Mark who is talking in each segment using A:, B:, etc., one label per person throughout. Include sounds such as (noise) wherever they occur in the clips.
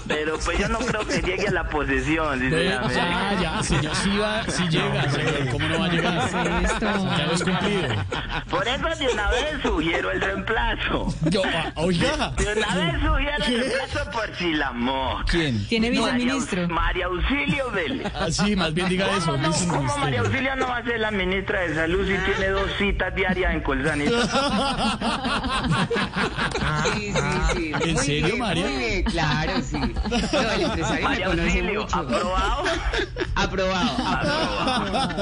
A: pero pues yo no creo que llegue a la posesión,
B: Bueno,
A: sinceramente.
B: ya, ya, señor. Sí, va, sí llega, señor. ¿Cómo no va a llegar? Ya lo
C: Esto.
B: es cumplido. Ah,
A: Por eso de una vez sugiero el reemplazo.
B: Yo, ah, oiga.
A: De una vez sugiero el reemplazo por si la mosca.
D: ¿Quién?
C: ¿Tiene
A: María
C: viceministro?
A: Aus- María Auxilio Vélez.
B: Ah, sí, más bien diga eso.
A: ¿Cómo, no?
B: dice el
A: ¿Cómo
B: ministerio.
A: María Auxilio no va a ser la ministra de Salud si tiene dos citas diarias en Colsanita?
E: Sí, sí, sí.
B: Ah, ¿En
E: Muy
B: serio,
E: bien,
B: María?
E: Muy bien, claro, sí. No, el empresario me
A: María
E: conoce
A: Auxilio,
E: mucho.
C: ah.
A: ¿aprobado?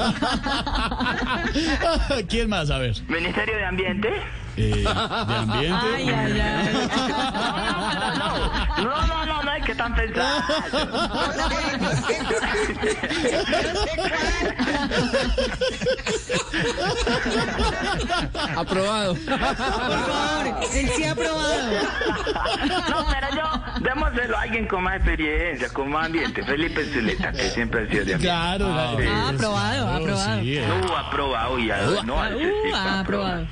E: Aprobado.
B: (laughs) ¿Quién más? A ver.
A: ¿Ministerio de Ambiente?
B: Eh, de ambiente.
C: Ay,
E: (laughs)
C: ay, ay.
A: No, no, no, no es que están pensando.
D: Aprobado.
C: Por favor, él sí ha aprobado.
A: No, pero yo, démoselo a alguien con más experiencia, con más ambiente. Felipe Zuleta, que siempre ha sido de ambiente.
B: Claro. la-
A: sí.
C: Ah, aprobado,
B: claro,
C: aprobado.
B: sí, eh.
A: No, aprobado ya. No, antes sí
C: Uh,
A: fue
C: ha aprobado.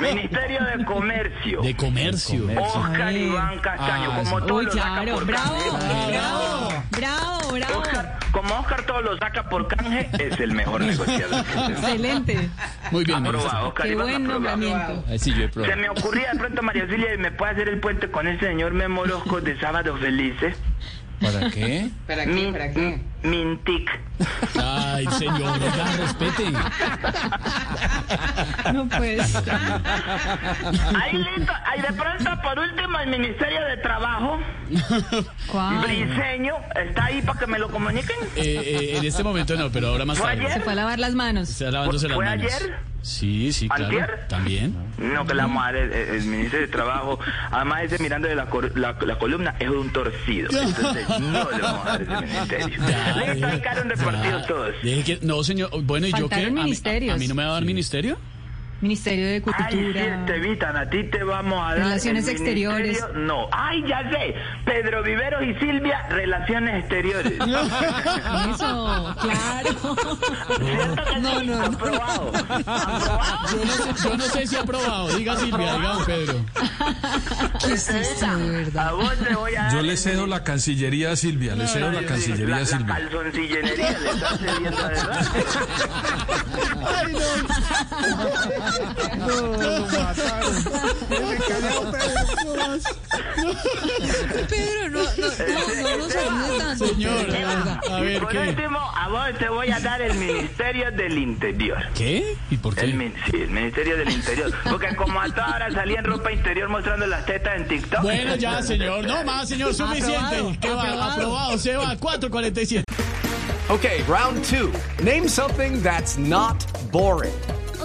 A: Ministerio de Comercio.
B: De comercio.
A: Oscar Iván Castaño,
B: Ah,
A: como todo
C: Uy,
A: lo saca
C: claro.
A: por
C: Bravo,
A: canje.
C: bravo, bravo, bravo.
A: Oscar, como Oscar todo lo saca por canje, es el mejor negociador. que tenemos.
C: Excelente.
B: Muy bien,
A: Aprobado,
B: ministro.
A: Oscar
C: Qué
A: Iván,
C: buen
A: aprobado.
C: nombramiento.
D: Ahí sí, yo he
A: Se
D: probado.
A: me ocurría de pronto, María Auxilia, y me puede hacer el puente con el señor Memorosco de Sábados Felices.
D: ¿Para qué?
E: ¿Para qué? ¿Para qué?
A: Mintic.
B: Ay, señor, oiga, respete.
C: No pues.
A: Ahí listo. Ahí de pronto, por último, el Ministerio de Trabajo,
C: ¿Cuál?
A: Briseño, está ahí para que me lo comuniquen.
B: Eh, eh, en este momento no, pero ahora más
A: ¿Fue
B: tarde.
A: ayer?
C: Se fue a lavar las manos.
B: Está lavándose las
A: ¿Fue
B: manos.
A: ayer?
B: Sí, sí, claro.
A: ¿Antier?
B: También.
A: No, que la madre, el, el Ministerio de Trabajo, además ese mirando de la, cor- la, la columna es un torcido. Entonces, no le vamos a dar ese ministerio. Listo, ahí quedaron repartidos
B: Ya,
A: todos.
B: deje que- no, señor. Bueno, ¿y yo qué?
C: Faltaron
B: ¿A mí- ¿A,
C: ministerios.
B: mí no me va a dar ministerio?
C: Ministerio de
A: Ay, sí,
C: Cultura.
A: Estevitan, a ti te vamos a dar.
C: Relaciones
A: el ministerio-
C: exteriores.
A: No, ay, ya sé. Pedro Viveros y Silvia, Relaciones Exteriores.
C: Eso, claro.
A: ¿Cierto que
C: No,
A: sí?
C: no, no.
A: Aprobado.
B: Yo no sé, yo no sé si ha aprobado. Diga Silvia, diga don Pedro.
C: ¿Qué es esto, de verdad?
A: A vos te voy a dar.
D: Yo le
A: el
D: cedo la Cancillería a Silvia, le cedo la Cancillería a
A: La, la
D: Silvia.
A: calzoncillería le estás
C: (laughs)
A: cediendo a verdad.
C: Pedro, no, no, no, no nos ayude tanto.
B: Señor,
C: de verdad.
B: a
A: Y
B: ver,
A: por
B: ¿qué?
A: último, a vos te voy a dar el Ministerio del Interior.
B: ¿Qué? ¿Y por
A: El,
B: qué?
A: min- sí, el Ministerio del Interior. Porque como a toda hora salía en ropa interior mostrando las tetas en TikTok.
B: Bueno, ya, señor. No más, señor, suficiente.
C: (laughs) Aprobado,
B: ¿Qué va?
C: aprobado.
B: Aprobado, se va. 447.
F: Okay, round two. Name something that's not boring.
G: A